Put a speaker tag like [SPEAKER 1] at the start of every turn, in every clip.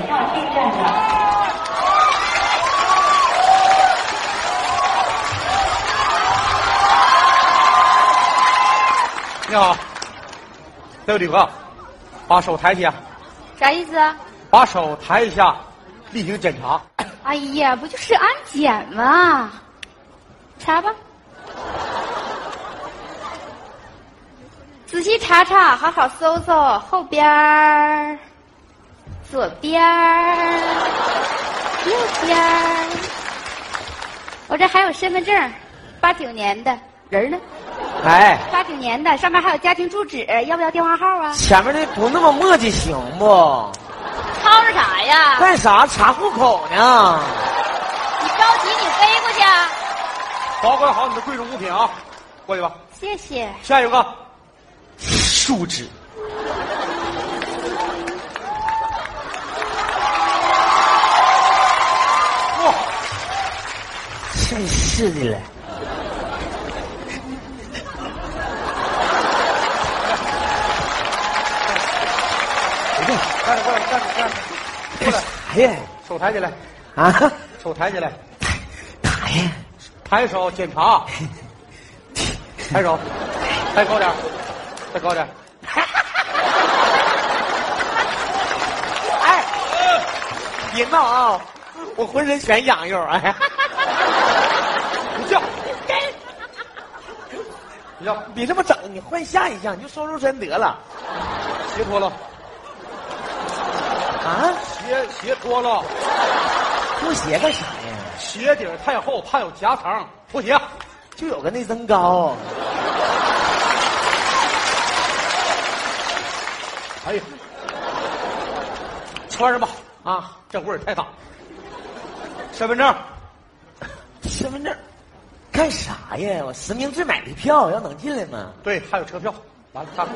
[SPEAKER 1] 站着。
[SPEAKER 2] 你好，这位旅客，把手抬起啊，
[SPEAKER 3] 啥意思啊？
[SPEAKER 2] 把手抬一下，例行检查。
[SPEAKER 3] 哎呀，不就是安检吗？查吧，仔细查查，好好搜搜，后边儿、左边儿、右边儿。我这还有身份证，八九年的人儿呢？
[SPEAKER 4] 哎，
[SPEAKER 3] 八九年的，上面还有家庭住址，要不要电话号啊？
[SPEAKER 4] 前面那不那么磨叽行不？
[SPEAKER 3] 吵吵啥呀
[SPEAKER 4] 干啥查户口呢？
[SPEAKER 3] 你着急，你飞过去啊！
[SPEAKER 2] 保管好你的贵重物品啊，过去吧。
[SPEAKER 3] 谢谢。
[SPEAKER 2] 下一个，
[SPEAKER 4] 树脂。
[SPEAKER 2] 哇，
[SPEAKER 4] 真是的了，
[SPEAKER 2] 站着过来，站着站着，
[SPEAKER 4] 干啥哎呀？
[SPEAKER 2] 手抬起来，
[SPEAKER 4] 啊，
[SPEAKER 2] 手抬起来，
[SPEAKER 4] 啥呀？
[SPEAKER 2] 抬手检 查，抬手，抬高点儿，再高点儿。
[SPEAKER 4] 哎，
[SPEAKER 2] 哎
[SPEAKER 4] 别闹啊！我浑身全痒痒，哎，
[SPEAKER 2] 你叫，你叫，
[SPEAKER 4] 别这么整，你换下一项，你就收收身得了
[SPEAKER 2] 鞋脱了，
[SPEAKER 4] 啊！
[SPEAKER 2] 鞋鞋脱了，
[SPEAKER 4] 拖鞋干啥呀？
[SPEAKER 2] 鞋底儿太厚，怕有夹层，脱鞋。
[SPEAKER 4] 就有个内增高，
[SPEAKER 2] 哎呀，穿上吧，
[SPEAKER 4] 啊，
[SPEAKER 2] 这味儿太大。身份证，
[SPEAKER 4] 身份证，干啥呀？我实名制买的票，要能进来吗？
[SPEAKER 2] 对，还有车票。完了，看看，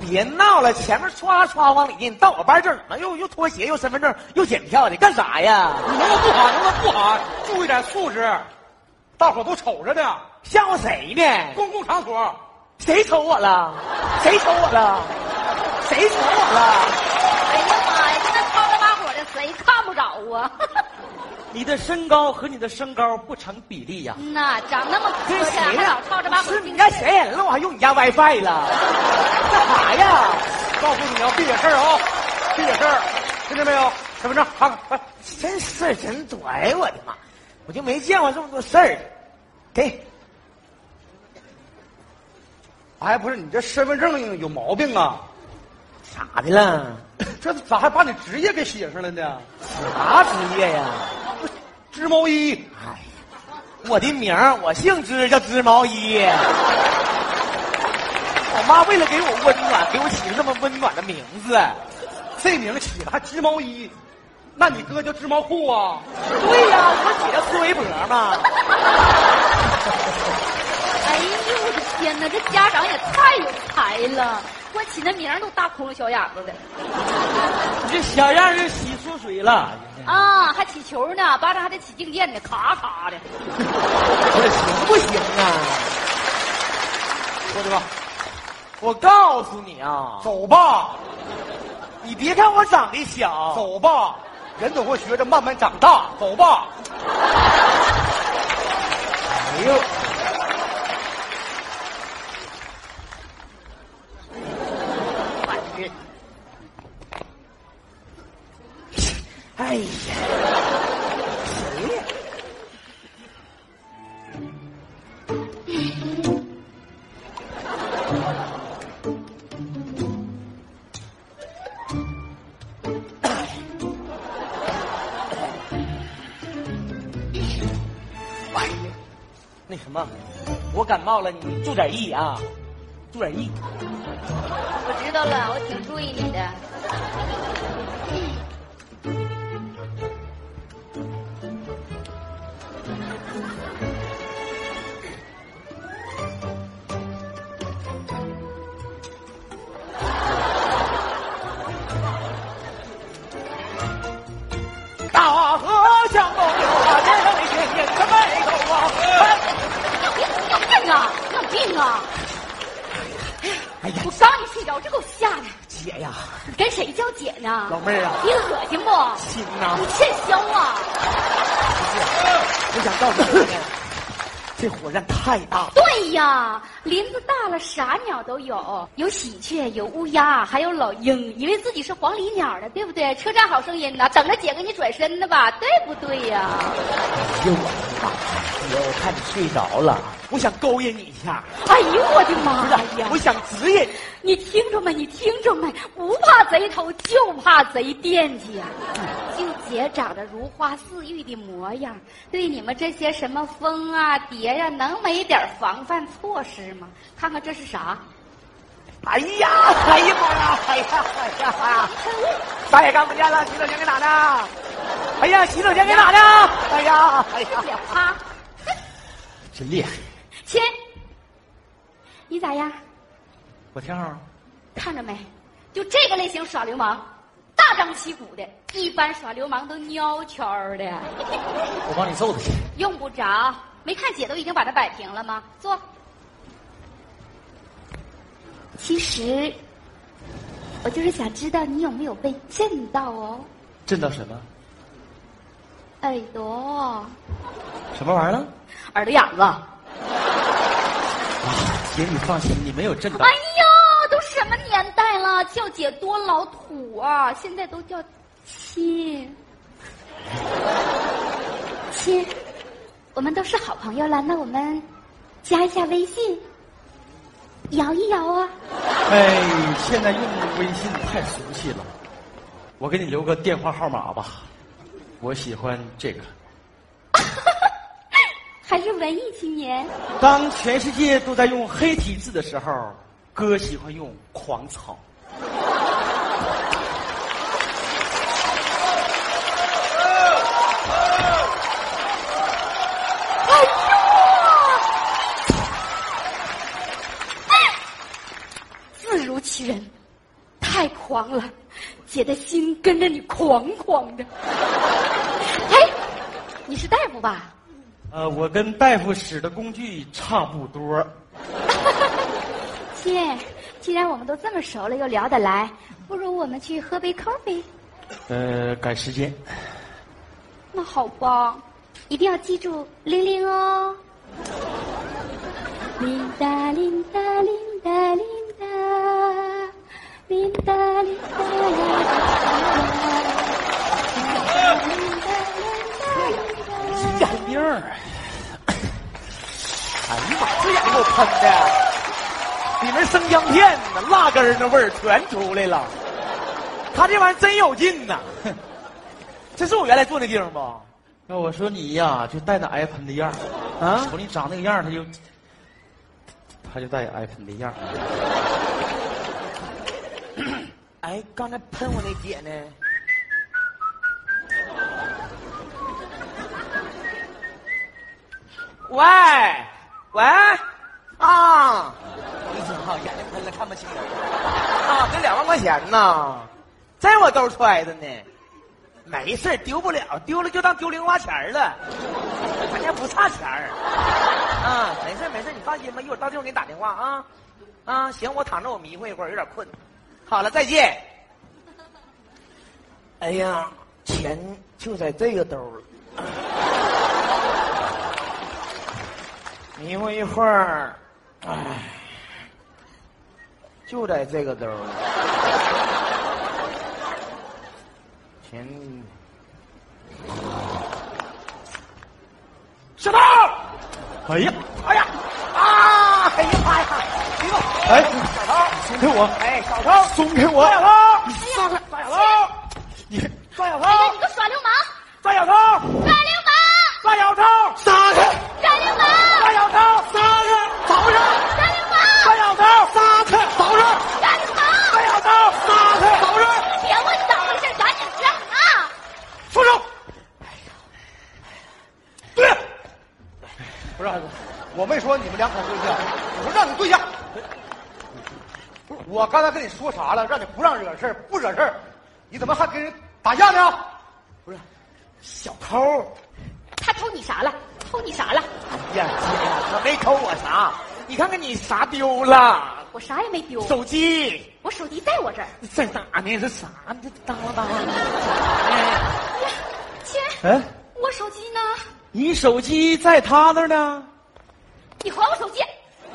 [SPEAKER 4] 别闹了，前面唰唰往里进，到我班这儿怎么又又拖鞋又身份证又检票的？干啥呀？
[SPEAKER 2] 你能不能不喊？能不能不喊？注意点素质，大伙儿都瞅着呢。
[SPEAKER 4] 吓唬谁呢？
[SPEAKER 2] 公共场所，
[SPEAKER 4] 谁瞅我了？谁瞅我了？谁瞅我了？
[SPEAKER 3] 哎呀妈呀，这吵着把火的谁看不着啊？
[SPEAKER 5] 你的身高和你的身高不成比例呀、
[SPEAKER 3] 嗯呐，长那么磕
[SPEAKER 4] 这是
[SPEAKER 3] 碜，
[SPEAKER 4] 谁
[SPEAKER 3] 还
[SPEAKER 4] 呀
[SPEAKER 3] 老吵着把？火
[SPEAKER 4] 是
[SPEAKER 3] 的
[SPEAKER 4] 你
[SPEAKER 3] 盯
[SPEAKER 4] 家
[SPEAKER 3] 着。
[SPEAKER 4] 显眼了，我还用你家 WiFi 了？ 干啥呀？
[SPEAKER 2] 告诉你啊，别惹事儿啊，别惹事儿，听见没有？身份证，哎看看，来，
[SPEAKER 4] 真事儿真多！哎呦我的妈，我就没见过这么多事儿的。给，
[SPEAKER 2] 哎，不是你这身份证有毛病啊？
[SPEAKER 4] 咋的了？
[SPEAKER 2] 这咋还把你职业给写上了呢？
[SPEAKER 4] 啥职业呀？
[SPEAKER 2] 织毛衣，
[SPEAKER 4] 哎，我的名儿我姓织，叫织毛衣。我妈为了给我温暖，给我起了这么温暖的名字。
[SPEAKER 2] 这名起的还织毛衣，那你哥叫织毛裤啊？
[SPEAKER 4] 对呀、我姐叫织围脖嘛。
[SPEAKER 3] 哎呦我的天哪，这家长也太有才了！我起那名儿都大窟窿小眼巴的
[SPEAKER 5] 你这小样儿就洗出水了。
[SPEAKER 4] 嗯
[SPEAKER 3] 啊，还起球呢，巴掌还得起静电呢，咔咔的。
[SPEAKER 4] 我哎说行不行啊？
[SPEAKER 2] 过去吧，
[SPEAKER 4] 我告诉你啊，
[SPEAKER 2] 走吧，
[SPEAKER 4] 你别看我长得
[SPEAKER 5] 啊
[SPEAKER 4] 小，
[SPEAKER 2] 走吧，人总会学着慢慢长大，走吧。
[SPEAKER 4] 哎呦， 哎呀，谁呀？
[SPEAKER 5] 那什么，我感冒了，你注点意啊，注点意。
[SPEAKER 3] 我知道了，我挺注意你的。
[SPEAKER 4] 大河向东流啊，天上的天天的北斗啊。
[SPEAKER 3] 有病啊！有病啊！哎呀，我刚一睡着，这给我吓的。
[SPEAKER 4] 姐呀，
[SPEAKER 3] 跟谁叫姐呢？
[SPEAKER 4] 老妹儿啊，
[SPEAKER 3] 你恶心不？
[SPEAKER 4] 亲呐
[SPEAKER 3] 你，欠削啊！
[SPEAKER 4] 我想告诉你，这火山太大了，
[SPEAKER 3] 对呀，林子大了，啥鸟都有，有喜鹊，有乌鸦，还有老鹰。以为自己是黄鹂鸟呢，对不对？车站好声音呢，等着姐给你转身呢吧，对不对呀？
[SPEAKER 5] 又我吧，我看你睡着了，
[SPEAKER 4] 我想勾引你一下，
[SPEAKER 3] 哎呦我的妈呀！
[SPEAKER 4] 我想指引你。
[SPEAKER 3] 你听着没？你听着没？不怕贼偷，就怕贼惦记啊！就姐长得如花似玉的模样，对你们这些什么风啊、蝶呀、能没点防范措施吗？看看这是啥？
[SPEAKER 4] 哎呀，哎呀妈呀，哎呀，哎呀，哎呀，啥也干不见了，洗手间给哪呢？哎呀，洗手间给哪呢？哎呀，哎呀，
[SPEAKER 3] 脸趴，
[SPEAKER 5] 真厉害。
[SPEAKER 3] 亲，你咋样？
[SPEAKER 5] 我挺好，
[SPEAKER 3] 看着没？就这个类型耍流氓，大张旗鼓的，一般耍流氓都蔫悄的，
[SPEAKER 5] 我帮你揍他去。
[SPEAKER 3] 用不着。没看姐都已经把它摆平了吗？坐。其实，我就是想知道你有没有被震到哦，
[SPEAKER 5] 震到什么？
[SPEAKER 3] 耳朵，
[SPEAKER 5] 什么玩意儿？
[SPEAKER 3] 耳朵眼啊子。
[SPEAKER 5] 啊姐，你放心，你没有震到
[SPEAKER 3] 哎。呀，都什么年代了，叫姐多老土啊！现在都叫亲，亲，我们都是好朋友了，那我们加一下微信，摇一摇啊！
[SPEAKER 5] 哎，现在用微信太熟悉了，我给你留个电话号码吧。我喜欢这个。
[SPEAKER 3] 还是文艺青年，
[SPEAKER 5] 当全世界都在用黑体字的时候，哥喜欢用狂草。
[SPEAKER 3] 自如其人，太狂了，姐的心跟着你狂狂的。 哎，你是大夫吧？
[SPEAKER 5] 呃，我跟大夫使的工具差不多。
[SPEAKER 3] 亲，既然我们都这么熟了，又聊得来，不如我们去喝杯 coffee。
[SPEAKER 5] 呃，赶时间。
[SPEAKER 3] 那好吧，一定要记住玲玲哦。铃哒铃哒铃哒铃哒，铃哒铃哒铃哒铃哒铃哒铃哒铃哒。
[SPEAKER 5] 眼病儿。
[SPEAKER 4] 哎呀妈，这眼给我喷的，里面生姜片呢，辣根儿那味儿全出来了。他这玩意儿真有劲呐！哼这是我原来坐那地方不？
[SPEAKER 5] 要我说你呀，就带那挨喷的样儿
[SPEAKER 4] 啊
[SPEAKER 5] 瞅你长那个样儿，他就他就带挨喷的样儿。
[SPEAKER 4] 哎，刚才喷我那姐呢？喂喂啊！我一听哈，眼睛喷了，看不清人啊，这两万块钱呢，在我兜揣着呢。没事儿丢不了，丢了就当丢零花钱儿了，咱家不差钱儿。啊，没事儿没事儿，你放心吧，一会儿到地方给你打电话啊。啊，行，我躺着我迷糊一会儿，有点困。好了，再见。哎呀，钱就在这个兜了。迷糊一会儿，哎，就在这个兜了。钱，石头，
[SPEAKER 5] 哎呀，
[SPEAKER 4] 哎呀，啊，哎呀妈呀，别动，
[SPEAKER 5] 哎，
[SPEAKER 4] 小偷。
[SPEAKER 5] 松开我！
[SPEAKER 4] 哎，小偷，
[SPEAKER 5] 松开我！
[SPEAKER 4] 抓小偷，
[SPEAKER 5] 你撒开！
[SPEAKER 4] 抓小
[SPEAKER 5] 你
[SPEAKER 3] 哎呀，你，
[SPEAKER 4] 偷，抓小偷
[SPEAKER 3] 个耍流氓！
[SPEAKER 4] 抓小偷，
[SPEAKER 3] 耍流氓！
[SPEAKER 4] 抓小偷，
[SPEAKER 5] 撒开！
[SPEAKER 3] 耍流氓！
[SPEAKER 4] 抓小偷，
[SPEAKER 5] 撒开！早上！
[SPEAKER 3] 耍流氓！
[SPEAKER 5] 哎撒开！早上！
[SPEAKER 4] 抓小偷，
[SPEAKER 3] 耍流氓！
[SPEAKER 4] 抓
[SPEAKER 5] 哎
[SPEAKER 4] 小偷，
[SPEAKER 5] 撒开！早上！
[SPEAKER 3] 别问咋回事，赶紧的啊！
[SPEAKER 4] 住手！对，
[SPEAKER 2] 不是，我没说你们两口对象，我说让你对象。不是，我刚才跟你说啥了？让你不让惹事儿不惹事儿你怎么还跟人打架呢？
[SPEAKER 4] 不是，小偷，
[SPEAKER 3] 他偷你啥了？偷你啥了？
[SPEAKER 4] 哎呀姐，他没偷我啥，你看看你啥丢了，
[SPEAKER 3] 我啥也没丢。
[SPEAKER 4] 手机，
[SPEAKER 3] 我手机在我这儿。
[SPEAKER 4] 这哪呢？这啥呢？这当啷当啷。哎
[SPEAKER 3] 亲，
[SPEAKER 5] 哎，
[SPEAKER 3] 我手机呢？
[SPEAKER 5] 你手机在他那儿呢，
[SPEAKER 3] 你还我手机！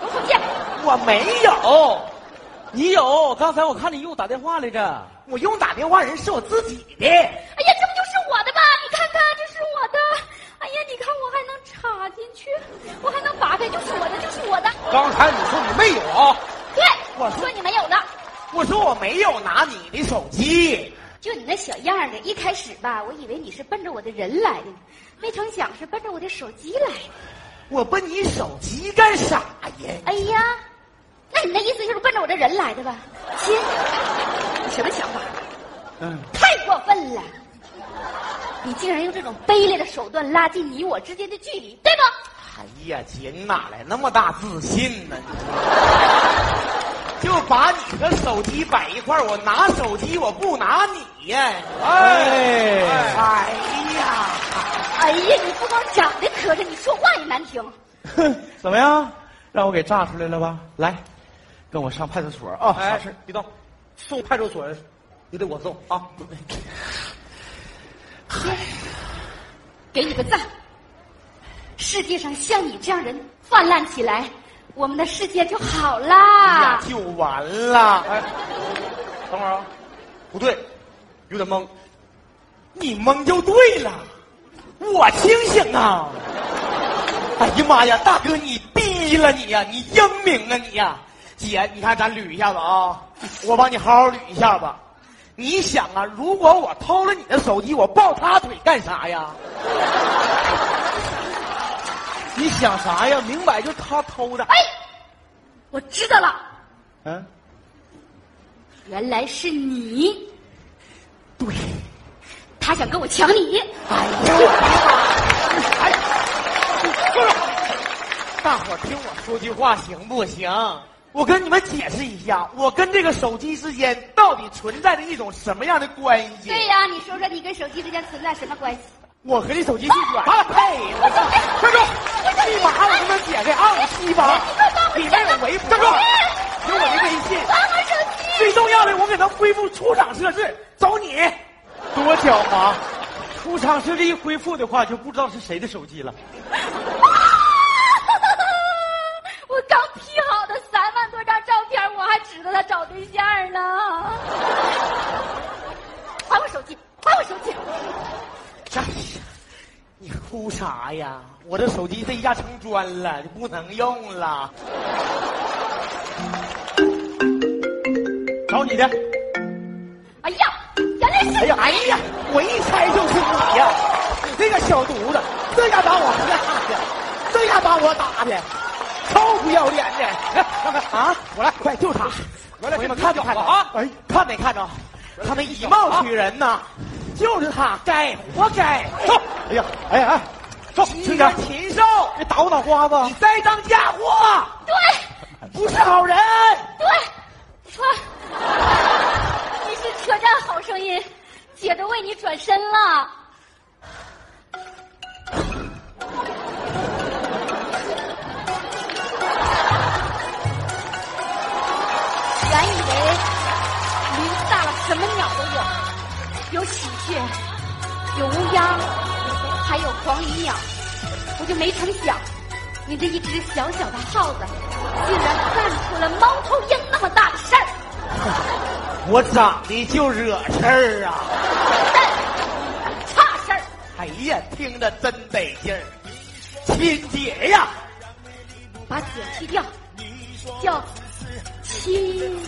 [SPEAKER 3] 我手机！啊
[SPEAKER 4] 我没有，
[SPEAKER 5] 你有？刚才我看你又打电话来着。
[SPEAKER 4] 我用打电话人是我自己的。
[SPEAKER 3] 哎呀，这不就是我的吗？你看看，这是我的。哎呀，你看我还能插进去，我还能拔开，就是我的，就是我的。
[SPEAKER 2] 刚才你说你没有啊？
[SPEAKER 3] 对，
[SPEAKER 4] 我
[SPEAKER 3] 我说你没有呢，
[SPEAKER 4] 我说我没有拿你的手机，
[SPEAKER 3] 就你那小样儿的，一开始吧，我以为你是奔着我的人来的呢，没成想是奔着我的手机来的。
[SPEAKER 4] 我奔你手机干啥呀？
[SPEAKER 3] 哎呀，那你那意思就是奔着我的人来的吧？亲，你什么想法？
[SPEAKER 5] 嗯，
[SPEAKER 3] 太过分了！你竟然用这种卑劣的手段拉近你我之间的距离，对吗？
[SPEAKER 4] 哎呀，姐，你哪来那么大自信呢？ 你就把你和手机摆一块儿我拿手机，我不拿你呀！
[SPEAKER 5] 哎
[SPEAKER 4] 哎呀，
[SPEAKER 3] 哎呀，你不光长得磕碜，你说话也难听。
[SPEAKER 5] 哼，嗯怎么样？让我给炸出来了吧？来，跟我上派出所啊！啥
[SPEAKER 2] 哎
[SPEAKER 5] 事？，
[SPEAKER 2] 别动，送派出所，你得我送啊。
[SPEAKER 3] 给你个赞。世界上像你这样人泛滥起来，我们的世界就好
[SPEAKER 4] 哎呀
[SPEAKER 3] 啦。
[SPEAKER 4] 就完了。
[SPEAKER 2] 哎，等会儿啊，不对，有点懵。
[SPEAKER 4] 你蒙就对了，我清醒啊！哎呀妈呀，大哥你逼了你呀、你英明啊你呀、姐，你看咱捋一下子啊，我帮你好好捋一下吧。你想啊，如果我偷了你的手机，我抱他腿干啥呀？你想啥呀？明摆就是他偷的。
[SPEAKER 3] 哎，我知道了，
[SPEAKER 5] 嗯，
[SPEAKER 3] 原来是你，
[SPEAKER 4] 对，
[SPEAKER 3] 他想跟我抢你。
[SPEAKER 4] 哎呀我的妈！哎呀，住手！大伙儿听我说句话行不行？我跟你们解释一下，我跟这个手机之间到底存在着一种什么样的关系？
[SPEAKER 3] 对呀、你说说你跟手机之间存在什么关系？
[SPEAKER 4] 我和这手机是原配的。
[SPEAKER 3] 我手机
[SPEAKER 4] 站住！立马我跟他解开啊，西吧，里面有围脖，
[SPEAKER 3] 站住
[SPEAKER 4] 有我的微信，
[SPEAKER 3] 还我手机！
[SPEAKER 4] 最重要的我给他恢复出厂设置，走你！
[SPEAKER 5] 多狡猾！出厂设置一恢复的话，就不知道是谁的手机了。
[SPEAKER 3] 我刚 P 好的三万多张照片，我还指着他找对象呢。还我手机！还我手机！
[SPEAKER 4] 哎呀，你哭啥呀？我这手机这一下成砖了，就不能用了。
[SPEAKER 5] 找你的，
[SPEAKER 3] 哎呀，原来是
[SPEAKER 4] 哎呀，哎呀，我一猜就是你呀！这个小犊子，这下把我吓的，这下把我打的，臭不要脸的！啊，我来，快救他！
[SPEAKER 2] 我来
[SPEAKER 4] 朋友们看没看着
[SPEAKER 2] 啊
[SPEAKER 4] 哎，看没看着？他们以貌取人呐，就是他，该活该！
[SPEAKER 5] 走。哎呀，哎呀，哎，走，
[SPEAKER 4] 禽
[SPEAKER 5] 村
[SPEAKER 4] 兽
[SPEAKER 5] 长，，
[SPEAKER 4] 禽兽！
[SPEAKER 5] 别打我脑瓜
[SPEAKER 4] 你
[SPEAKER 5] 子！
[SPEAKER 4] 栽赃嫁祸，
[SPEAKER 3] 对
[SPEAKER 4] 不是好人。
[SPEAKER 3] 对，说，你是车站好声音，姐都为你转身了。原以为林子大了什么鸟都有，有喜鹊，有乌鸦，还有黄鹂鸟，我就没成想，你这一只小小的耗子，竟然干出了猫头鹰那么大的事儿。
[SPEAKER 4] 我长得就惹事儿啊！
[SPEAKER 3] 差事儿，
[SPEAKER 4] 哎呀，听着真得劲儿，亲姐呀！
[SPEAKER 3] 把姐去掉，叫亲。